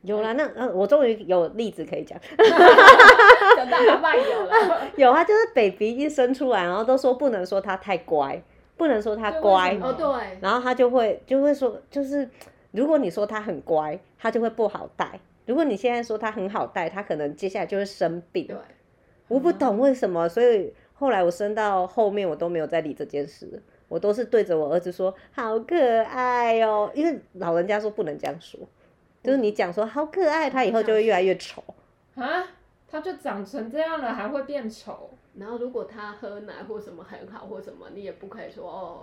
[SPEAKER 1] 有啦，那呃，我终于有例子可以讲。
[SPEAKER 3] 真的，阿爸有 了。
[SPEAKER 1] 有啊，就是 baby 一生出来，然后都说不能说他太乖，不能说他
[SPEAKER 2] 对为
[SPEAKER 1] 乖
[SPEAKER 2] 什，么
[SPEAKER 3] 哦，对，
[SPEAKER 1] 然后他就会就会说，就是如果你说他很乖，他就会不好带；如果你现在说他很好带，他可能接下来就会生病
[SPEAKER 3] 对。，
[SPEAKER 1] 我
[SPEAKER 2] 嗯
[SPEAKER 1] 不懂为什么，所以后来我生到后面，我都没有再理这件事，我都是对着我儿子说好可爱哦，因为老人家说不能这样说，就是你讲说好可爱，他以后就会越来越丑。
[SPEAKER 2] 啊，他就长成这样了，还会变丑？
[SPEAKER 3] 然后如果他喝奶或什么很好或什么，你也不可以说哦，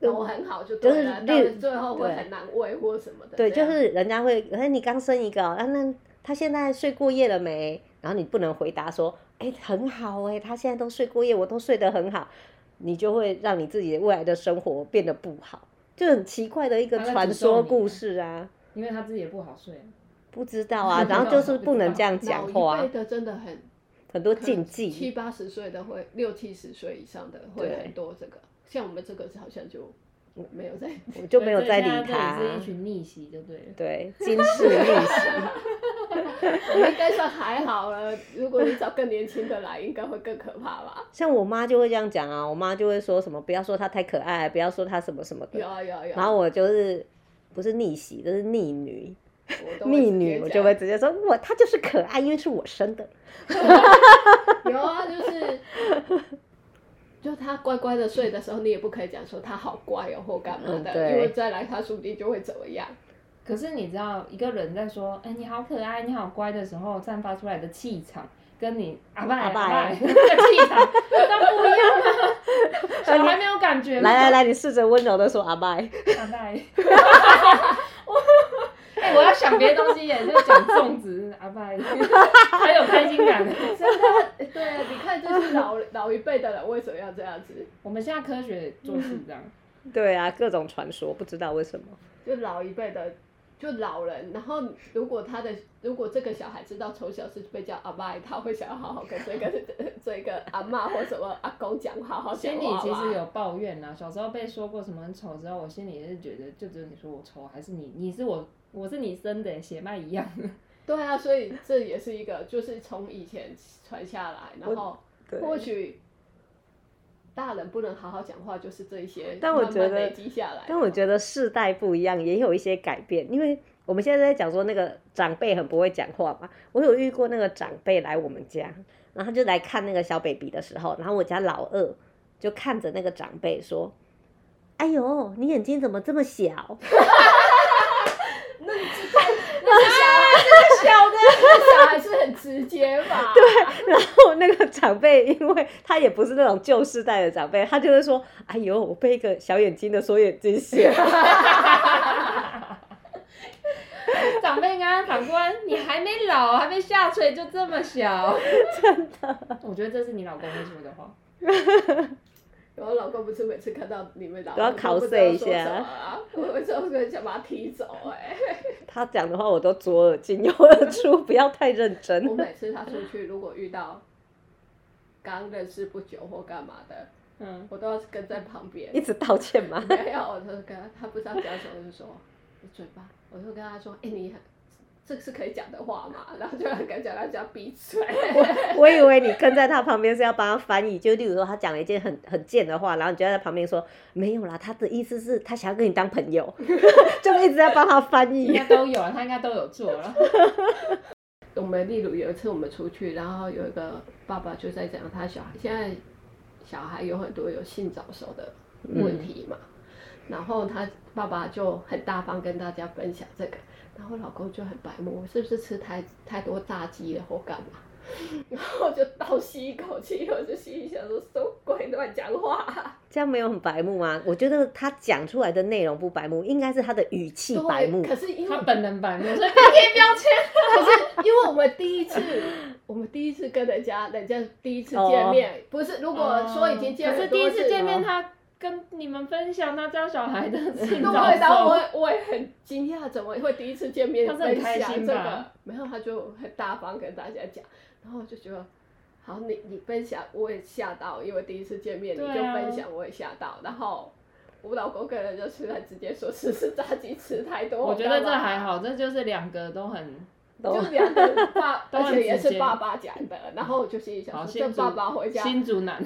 [SPEAKER 3] 都很好就对
[SPEAKER 1] 就
[SPEAKER 3] 了，
[SPEAKER 1] 是
[SPEAKER 3] 但
[SPEAKER 1] 例
[SPEAKER 3] 是最后会
[SPEAKER 1] 对
[SPEAKER 3] 很难为或什么的。
[SPEAKER 1] 对，
[SPEAKER 3] 这
[SPEAKER 1] 就
[SPEAKER 3] 样
[SPEAKER 1] 是人家会，哎，你刚生一个哦、啊，那他现在睡过夜了没？然后你不能回答说，哎，很好哎、他现在都睡过夜，我都睡得很好，你就会让你自己未来的生活变得不好，就很奇怪的一个
[SPEAKER 2] 他在
[SPEAKER 1] 传
[SPEAKER 2] 诅
[SPEAKER 1] 说
[SPEAKER 2] 咒你
[SPEAKER 1] 故
[SPEAKER 2] 啊
[SPEAKER 1] 事啊，
[SPEAKER 2] 因为他自己也不好睡啊。
[SPEAKER 1] 不知道啊，然后就是不能这样讲
[SPEAKER 3] 老一
[SPEAKER 1] 话
[SPEAKER 3] 辈，的真的很
[SPEAKER 1] 很多
[SPEAKER 3] 可能
[SPEAKER 1] 禁
[SPEAKER 3] 七
[SPEAKER 1] 忌，
[SPEAKER 3] 八十岁的会，六七十岁以上的会
[SPEAKER 1] 对
[SPEAKER 3] 很多这个。像我们这个好像就没有在，
[SPEAKER 1] 我就没有
[SPEAKER 2] 所以
[SPEAKER 1] 再
[SPEAKER 2] 现在
[SPEAKER 1] 理
[SPEAKER 2] 这里
[SPEAKER 1] 他。
[SPEAKER 2] 是一群逆袭，就对了。
[SPEAKER 1] 对，今世逆袭，
[SPEAKER 3] 我 们应该算还好了。如果你找更年轻的来，应该会更可怕吧？
[SPEAKER 1] 像我妈就会这样讲啊，我妈就会说什么，不要说她太可爱，不要说她什么什么的
[SPEAKER 3] 有。啊有啊有啊。
[SPEAKER 1] 然后我就是不是逆袭，这是逆女，
[SPEAKER 3] 我都会
[SPEAKER 1] 逆
[SPEAKER 3] 直接
[SPEAKER 1] 女，我
[SPEAKER 3] 讲
[SPEAKER 1] 就会直接说我她就是可爱，因为是我生的。
[SPEAKER 3] 有啊，就是。 就他乖乖的睡的时候，你也不可以讲说他好乖哦或干嘛
[SPEAKER 1] 嗯
[SPEAKER 3] 的，
[SPEAKER 1] 对
[SPEAKER 3] 因为再来他说不定就会怎么样。
[SPEAKER 2] 可是你知道，一个人在说“哎、你好可爱，你好乖”的时候，散发出来的气场，跟你阿爸
[SPEAKER 1] 阿哎
[SPEAKER 2] 阿
[SPEAKER 1] 拜
[SPEAKER 2] 爸的气场，那不一样 啊！小孩没有感觉吗？
[SPEAKER 1] 来来来，你试着温柔的说阿拜，
[SPEAKER 2] 阿爸， 哎、我要想别的东西耶，就讲粽子阿爸，还有开心 感。
[SPEAKER 3] 真的，对啊，你看，就是老 老一辈的人为什么要这样子？
[SPEAKER 2] 我们现在科学做事这样，
[SPEAKER 1] 对啊，各种传说，不知道为什么。
[SPEAKER 3] 就老一辈的，就老人，然后如果他的如果这个小孩知道从小是被叫阿妈，他会想要好好跟 这个 这个阿妈或什么阿公讲好好
[SPEAKER 1] 啊
[SPEAKER 3] 讲
[SPEAKER 2] 心里
[SPEAKER 3] 话吧
[SPEAKER 2] 其实有抱怨啦。小时候被说过什么很丑之后，我心里也是觉得，就只有你说我丑，还是你，你是我，我是你生的，血脉一样。
[SPEAKER 3] 对啊，所以这也是一个就是从以前传下来，然后
[SPEAKER 1] 对
[SPEAKER 3] 或许大人不能好好讲话，就是这一些
[SPEAKER 1] 但我
[SPEAKER 3] 慢
[SPEAKER 1] 觉得
[SPEAKER 3] 慢累积下来的。
[SPEAKER 1] 但我觉得世代不一样，也有一些改变，因为我们现在在讲说那个长辈很不会讲话嘛。我有遇过那个长辈来我们家，然后他就来看那个小 baby 的时候，然后我家老二就看着那个长辈说：“哎呦，你眼睛怎么这么小？”
[SPEAKER 3] 小的小孩是很直接 吧？对，
[SPEAKER 1] 然后那个长辈，因为他也不是那种旧世代的长辈，他就会说：“哎呦，我被一个小眼睛的说眼睛血。
[SPEAKER 2] 长辈跟他反观，你还没老，还没下垂，就这么小，真的。我觉得这是你老公会说的话。
[SPEAKER 3] 我老公不是每次看到你们老
[SPEAKER 1] 都要
[SPEAKER 3] 考
[SPEAKER 1] cos 一下
[SPEAKER 3] 啊，我有时候很想把他踢走哎、”
[SPEAKER 1] 他讲的话我都左耳进右耳出，不要太认
[SPEAKER 3] 我
[SPEAKER 1] 真。
[SPEAKER 3] 每次他出去，如果遇到刚认识不久或干嘛的，
[SPEAKER 2] 嗯，
[SPEAKER 3] 我都要跟在旁边
[SPEAKER 1] 一。直道歉嘛。
[SPEAKER 3] 没有，我就跟他，他不知道讲什么，我就说你嘴巴，我就跟他说，哎、你很这个是可以讲的话嘛，然后就很敢讲，他讲闭嘴。
[SPEAKER 1] 我以为你跟在他旁边是要帮他翻译，就例如说他讲了一件很很贱的话，然后你就在他旁边说没有啦，他的意思是他想要跟你当朋友， 就一直在帮他翻
[SPEAKER 2] 应
[SPEAKER 1] 译
[SPEAKER 2] 该。都有了，他应该都有做 了。
[SPEAKER 3] 我们例如有一次我们出去，然后有一个爸爸就在讲他小孩，现在小孩有很多有性早熟的问题嘛，然后他爸爸就很大方跟大家分享这个，然后我老公就很白目，我是不是吃太太多炸鸡了或干嘛？ 然后我就倒吸一口气，我就心里想说什么鬼乱讲话、
[SPEAKER 1] 这样没有很白目吗？我觉得他讲出来的内容不白目，应该是他的语气白目
[SPEAKER 3] 对。可是因为
[SPEAKER 2] 他本人版面，所以贴标签。
[SPEAKER 3] 因为我们第一次，我们第一次跟人家，人家第一次见
[SPEAKER 1] 哦
[SPEAKER 3] 面，不是如
[SPEAKER 2] 哦
[SPEAKER 3] 果说已经见
[SPEAKER 2] 可
[SPEAKER 3] 面
[SPEAKER 2] 是
[SPEAKER 3] 多
[SPEAKER 2] 第一
[SPEAKER 3] 次，
[SPEAKER 2] 次哦见面，他跟你们分享他教小孩的 性
[SPEAKER 3] 那
[SPEAKER 2] 早
[SPEAKER 3] 我也当
[SPEAKER 2] 熟，
[SPEAKER 3] 我我也很惊讶，怎么会第一次见面
[SPEAKER 2] 他是很
[SPEAKER 3] 分
[SPEAKER 2] 开
[SPEAKER 3] 享
[SPEAKER 2] 心
[SPEAKER 3] 这
[SPEAKER 2] 吧
[SPEAKER 3] 个？没有，他就很大方跟大家讲，然后我就觉得。好，你你分享，我也吓到，因为第一次见面你
[SPEAKER 2] 对
[SPEAKER 3] 就
[SPEAKER 2] 啊
[SPEAKER 3] 分享，我也吓到。然后我老公跟人家吃饭，直接说是是炸鸡吃太多。
[SPEAKER 2] 我觉啊得
[SPEAKER 3] 干
[SPEAKER 2] 这
[SPEAKER 3] 嘛
[SPEAKER 2] 还好，这就是两个都很
[SPEAKER 1] 都
[SPEAKER 3] 就两个人爸，
[SPEAKER 2] 都
[SPEAKER 3] 而
[SPEAKER 2] 很
[SPEAKER 3] 且也
[SPEAKER 2] 直
[SPEAKER 3] 是
[SPEAKER 2] 接
[SPEAKER 3] 爸爸讲的，然后我就心里想
[SPEAKER 2] 好
[SPEAKER 3] 说，这
[SPEAKER 2] 新竹
[SPEAKER 3] 爸爸回家，
[SPEAKER 2] 新竹男，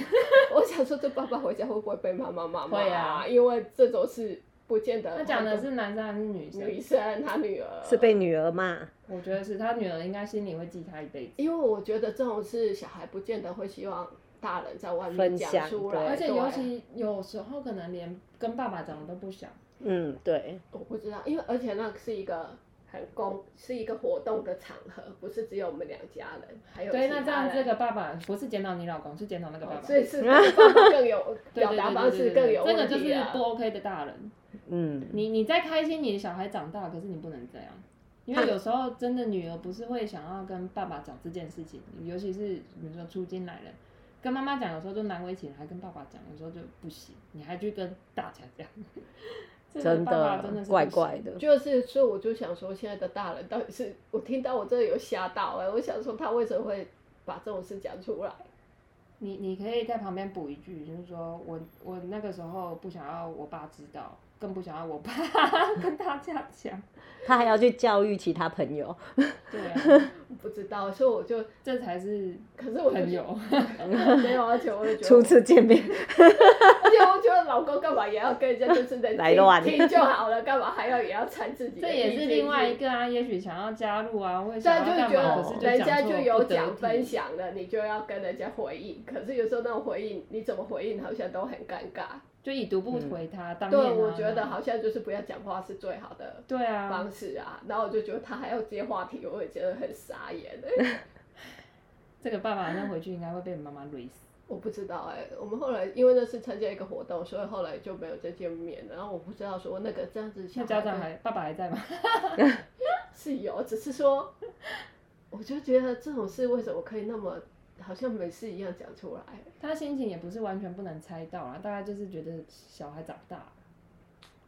[SPEAKER 3] 我想说这爸爸回家会不会被妈妈骂？
[SPEAKER 2] 会啊
[SPEAKER 3] 因为这种事不见 得。
[SPEAKER 2] 他讲的是男生还是女
[SPEAKER 3] 女
[SPEAKER 2] 生？
[SPEAKER 3] 生，他女儿
[SPEAKER 1] 是被。女儿骂，
[SPEAKER 2] 我觉得是他女儿应该心里会记他一辈子。
[SPEAKER 3] 因为我觉得这种事小孩不见得会希望大人在外面
[SPEAKER 1] 分
[SPEAKER 3] 讲
[SPEAKER 1] 享
[SPEAKER 3] 出
[SPEAKER 1] 对
[SPEAKER 3] 来，
[SPEAKER 2] 而且
[SPEAKER 3] 对
[SPEAKER 2] 尤其有时候可能连跟爸爸讲的都不想，
[SPEAKER 1] 嗯，对，
[SPEAKER 3] 我不知道，因为而且那是一个很公，是一个活动的场合，不是只有我们两家人，还有
[SPEAKER 2] 对，
[SPEAKER 3] 其
[SPEAKER 2] 那
[SPEAKER 3] 他
[SPEAKER 2] 这样
[SPEAKER 3] 人哦
[SPEAKER 2] 这个爸爸不是检讨你老公，是检讨那个爸爸。
[SPEAKER 3] 所以是
[SPEAKER 1] 爸爸
[SPEAKER 3] 爸爸 更有
[SPEAKER 2] 对
[SPEAKER 3] 表
[SPEAKER 2] 对对
[SPEAKER 3] 达
[SPEAKER 2] 对
[SPEAKER 3] 方
[SPEAKER 2] 对
[SPEAKER 3] 式
[SPEAKER 2] 对
[SPEAKER 3] 更有
[SPEAKER 2] 这个
[SPEAKER 3] 问
[SPEAKER 2] 就
[SPEAKER 3] 题
[SPEAKER 2] 是
[SPEAKER 3] 啊
[SPEAKER 2] 不 OK 的大人。
[SPEAKER 1] 嗯，
[SPEAKER 2] 你你再开心，你的小孩长大，可是你不能这样，因为有时候真的女儿不是会想要跟爸爸讲这件事情，尤其是比如说出京来了，跟妈妈讲有时候就难为情，还跟爸爸讲有时候就不行，你还去跟大家讲， 这个
[SPEAKER 1] 真
[SPEAKER 2] 爸爸
[SPEAKER 1] 的
[SPEAKER 2] 真的是不
[SPEAKER 1] 怪
[SPEAKER 2] 行
[SPEAKER 1] 怪。的。
[SPEAKER 3] 就是，所以我就想说，现在的大人到底是我听到我真的有吓到哎、我想说他为什么会把这种事讲出来？
[SPEAKER 2] 你你可以在旁边补一句，就是说我我那个时候不想要我爸知道，更不想要我爸 跟大家 讲。
[SPEAKER 1] 他还要去教育其他朋友，
[SPEAKER 2] 对啊，
[SPEAKER 3] 我不知道，所以我就，
[SPEAKER 2] 这才是
[SPEAKER 3] 可是我就
[SPEAKER 2] 朋友。
[SPEAKER 3] 没有，而且我就觉得
[SPEAKER 1] 初
[SPEAKER 3] 我，
[SPEAKER 1] 次见面，
[SPEAKER 3] 而且我觉得老公干嘛也要跟人家就是能
[SPEAKER 1] 来乱
[SPEAKER 3] 听听就好了，干嘛还要也要掺自己的
[SPEAKER 2] 这
[SPEAKER 3] 意见进
[SPEAKER 2] 也
[SPEAKER 3] 去？
[SPEAKER 2] 是另外一个啊，也许想要加入啊，或者想
[SPEAKER 3] 但
[SPEAKER 2] 要
[SPEAKER 3] 就
[SPEAKER 2] 干
[SPEAKER 3] 觉
[SPEAKER 2] 嘛，可是
[SPEAKER 3] 得人家
[SPEAKER 2] 讲
[SPEAKER 3] 就
[SPEAKER 2] 错
[SPEAKER 3] 有
[SPEAKER 2] 不得
[SPEAKER 3] 讲
[SPEAKER 2] 体
[SPEAKER 3] 分享了，你就要跟人家回应。可是有时候那种回应，你怎么回应好像都很尴尬。
[SPEAKER 2] 就已读不回他，当
[SPEAKER 3] 嗯对，
[SPEAKER 2] 面啊
[SPEAKER 3] 我觉得好像就是不要讲话是最好的
[SPEAKER 2] 对啊
[SPEAKER 3] 方，式啊，然后我就觉得他还要接话题，我也觉得很傻眼。
[SPEAKER 2] 这个爸爸那回去应该会被妈妈累死。
[SPEAKER 3] 我不知道哎、我们后来因为那是参加一个活动，所以后来就没有再见面。然后我不知道说那个这样子小
[SPEAKER 2] 那
[SPEAKER 3] 孩
[SPEAKER 2] 家长还爸爸还在吗？
[SPEAKER 3] 是有，只是说，我就觉得这种事为什么可以那么好像没事一样讲出来？
[SPEAKER 2] 他心情也不是完全不能猜到啊，大概就是觉得小孩长大了。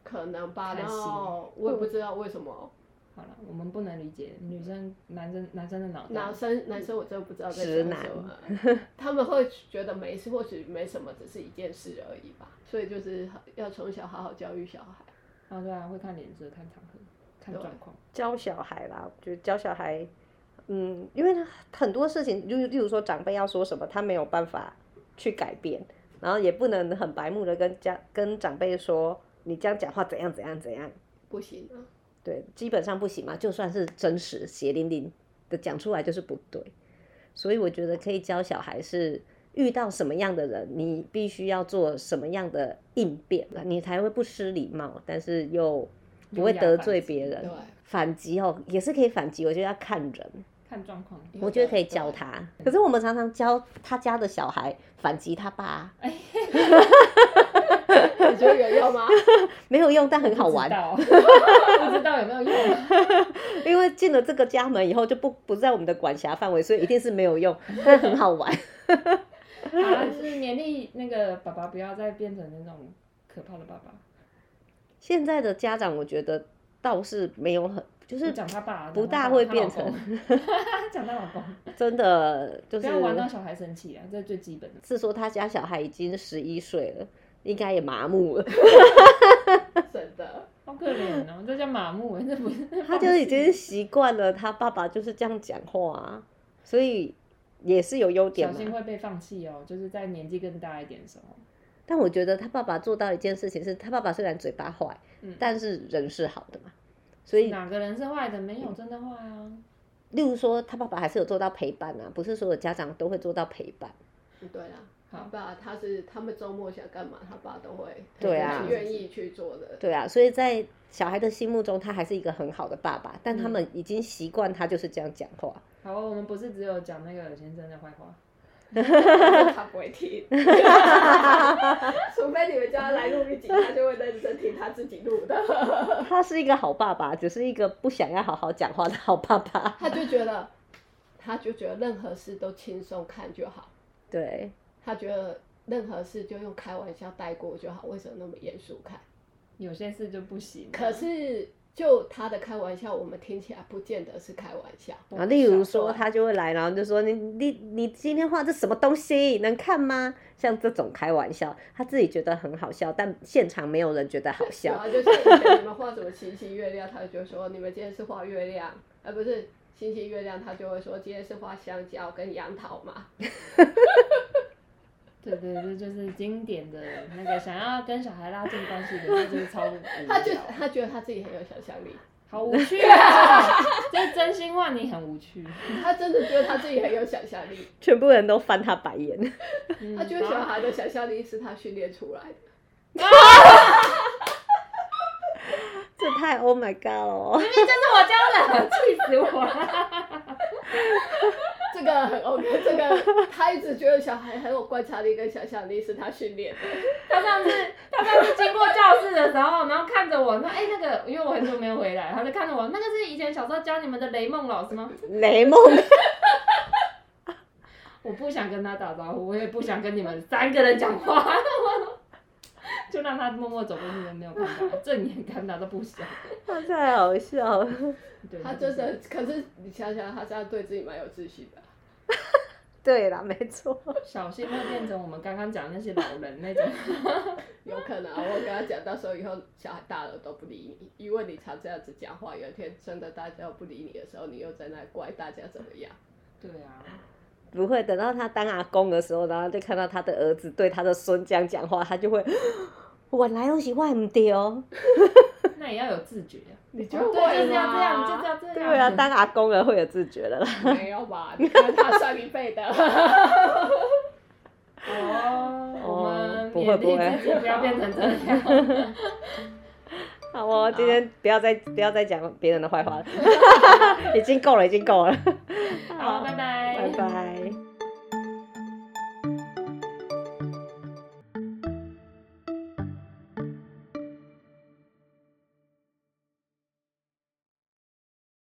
[SPEAKER 3] 可能吧，
[SPEAKER 2] 开心
[SPEAKER 3] 然后我也不知道为什么
[SPEAKER 2] 好了，我们不能理解女生、男生、男生的脑袋
[SPEAKER 3] 男。生男生我真的不知道在
[SPEAKER 1] 嗯直
[SPEAKER 3] 想
[SPEAKER 1] 男
[SPEAKER 3] 什 么，他们会觉得没事，或许没什么，只是一件事而已吧。所以就是要从小好好教育小孩。
[SPEAKER 2] 啊，对啊，会看脸色、看场合、看
[SPEAKER 3] 对
[SPEAKER 2] 状况。
[SPEAKER 1] 教小孩啦，我觉得教小孩，嗯，因为他很多事情，就例如说长辈要说什么，他没有办法去改变，然后也不能很白目的跟家跟长辈说你这样讲话怎样怎样怎样，
[SPEAKER 3] 不行啊，
[SPEAKER 1] 对，基本上不行嘛，就算是真实血淋淋的讲出来就是不对，所以我觉得可以教小孩是。遇到什么样的人，你必须要做什么样的应变，你才会不失礼貌，但是又不会
[SPEAKER 2] 优雅
[SPEAKER 1] 得
[SPEAKER 2] 反
[SPEAKER 1] 罪
[SPEAKER 2] 击
[SPEAKER 1] 别人
[SPEAKER 3] 对。，
[SPEAKER 1] 反击哦，也是可以反击，我觉得要看人，
[SPEAKER 2] 看状况。
[SPEAKER 1] 嗯我觉得可以教
[SPEAKER 3] 教。
[SPEAKER 1] 他。可是我们常常教他家的小孩反击他爸，
[SPEAKER 3] 对啊你觉得有 用吗？
[SPEAKER 1] 没有用，但很好
[SPEAKER 2] 不知
[SPEAKER 1] 玩。
[SPEAKER 2] 道不知道 有没有用啊？
[SPEAKER 1] 因为进了这个家门以后，就不不在我们的管辖范围，所以一定是没有用，但很好 玩。
[SPEAKER 2] 好啦就是勉励那个爸爸不要再变成那种可怕的爸爸，
[SPEAKER 1] 现在的家长，我觉得倒是没有很，就
[SPEAKER 2] 就是讲他爸，
[SPEAKER 1] 不
[SPEAKER 2] 讲他
[SPEAKER 1] 大
[SPEAKER 2] 爸
[SPEAKER 1] 会
[SPEAKER 2] 他
[SPEAKER 1] 变
[SPEAKER 2] 老公 讲他老公，
[SPEAKER 1] 真的就
[SPEAKER 2] 不
[SPEAKER 1] 是
[SPEAKER 2] 要玩到小孩生气啊，这是最基本的。
[SPEAKER 1] 是说他家小孩 已经十一岁了，应该也麻木了。
[SPEAKER 3] 真的，
[SPEAKER 2] 好可怜哦，这叫马木，这不是
[SPEAKER 1] 他就已经习惯了他爸爸就是这样讲话啊，所以也是有优点
[SPEAKER 2] 小
[SPEAKER 1] 嘛。
[SPEAKER 2] 心会被放弃哦，就是在年纪更大一点的时候，
[SPEAKER 1] 但我觉得他爸爸做到一件事情是，他爸爸虽然嘴巴坏，
[SPEAKER 2] 嗯
[SPEAKER 1] 但是人是好的嘛。所以，
[SPEAKER 2] 哪个人是坏的？没有真的坏啊，
[SPEAKER 1] 例如说，他爸爸还是有做到陪伴啊，不是所有家长都会做到陪伴。
[SPEAKER 3] 对啊，他
[SPEAKER 2] 好
[SPEAKER 3] 爸他是他们周末想干嘛，他爸都会
[SPEAKER 1] 对啊
[SPEAKER 3] 很愿意去做的。
[SPEAKER 1] 对啊，所以在小孩的心目中，他还是一个很好的爸爸，但他
[SPEAKER 2] 嗯
[SPEAKER 1] 们已经习惯他就是这样讲话。
[SPEAKER 2] 好，我们不是只有讲那个尔先生的坏话，
[SPEAKER 3] 他不会 听，除非你们叫他来录一集，他就会认真听他自己录的。
[SPEAKER 1] 他是一个好爸爸，只是一个不想要好好讲话的好爸爸。
[SPEAKER 3] 他就觉得，他就觉得任何事都轻松看就好，
[SPEAKER 1] 对，
[SPEAKER 3] 他觉得任何事就用开玩笑带过就好，为什么那么严肃看？
[SPEAKER 2] 有些事就不行啊。
[SPEAKER 3] 可是就他的开玩笑，我们听起来不见得是开玩笑。
[SPEAKER 2] 我
[SPEAKER 1] 然后
[SPEAKER 2] 不
[SPEAKER 1] 例如
[SPEAKER 2] 想
[SPEAKER 1] 说，他就会来，然后就说你你你今天画这什么东西，能看吗？像这种开玩笑，他自己觉得很好笑，但现场没有人觉得好
[SPEAKER 3] 然
[SPEAKER 1] 笑。
[SPEAKER 3] 后就是以前你们画什么星星月亮，他就说你们今天是画月亮，而不是星星月亮，他就会说今天是画香蕉跟杨桃嘛。
[SPEAKER 2] 对对，这就是经典的那个想要跟小孩拉近关系的，这就是超无
[SPEAKER 3] 他就
[SPEAKER 2] 聊，
[SPEAKER 3] 他觉得他自己很有想象力，
[SPEAKER 2] 好无趣 啊！这真心话，你很无趣。
[SPEAKER 3] 他真的觉得他自己很有想象力，
[SPEAKER 1] 全部人都翻他白眼。
[SPEAKER 2] 嗯
[SPEAKER 3] 他觉得小
[SPEAKER 2] 好
[SPEAKER 3] 孩的想象力是他训练出来的。
[SPEAKER 1] 这太 Oh my God 了 哦！
[SPEAKER 2] 这是我教的，气死我了！
[SPEAKER 3] 这个很 OK，这个他一直觉得小孩很有观察力跟想象力是他训练的。
[SPEAKER 2] 他上次他上次经过教室的时候，然后看着我说：“哎、那个，因为我很久没有回来，他就看着我，那个是以前小时候教你们的雷梦老师吗
[SPEAKER 1] 雷梦，？”
[SPEAKER 2] 我不想跟他打招呼，我也不想跟你们三个人讲话， 就让他默默走过去，没有看到，正眼看他都不想。
[SPEAKER 1] 他太好笑了。
[SPEAKER 2] 对
[SPEAKER 3] 他真的，可是你想想，他这样对自己蛮有自信的。
[SPEAKER 1] 对啦，没错。
[SPEAKER 2] 小心会变成我们刚刚讲的那些老人那种。
[SPEAKER 3] 有可能、啊，我跟他讲，到时候以后小孩大了都不理你，因为你常这样子讲话，有一天真的大家不理你的时候，你又在那怪大家怎么样？
[SPEAKER 2] 对啊，
[SPEAKER 1] 不会，等到他当阿公的时候，然后就看到他的儿子对他的孙这样讲话，他就会， 原来我是我唔对哦。
[SPEAKER 2] 那也要有自觉啊。
[SPEAKER 3] 你就
[SPEAKER 2] 对，
[SPEAKER 3] 会
[SPEAKER 2] 就是要这样，
[SPEAKER 3] 啦
[SPEAKER 2] 就是要这样。
[SPEAKER 1] 对啊， 当阿公了会有自觉的啦。
[SPEAKER 3] 没有吧？你看他上一辈的，
[SPEAKER 2] 哦，我们
[SPEAKER 1] 不会
[SPEAKER 2] 勉励
[SPEAKER 1] 不会
[SPEAKER 2] 自己不要变成这样。
[SPEAKER 1] 好哦，今天不要再不要再 讲别人的坏话了，已经够了，已经够了。
[SPEAKER 2] 好，拜
[SPEAKER 1] 拜
[SPEAKER 2] 拜，
[SPEAKER 1] 拜。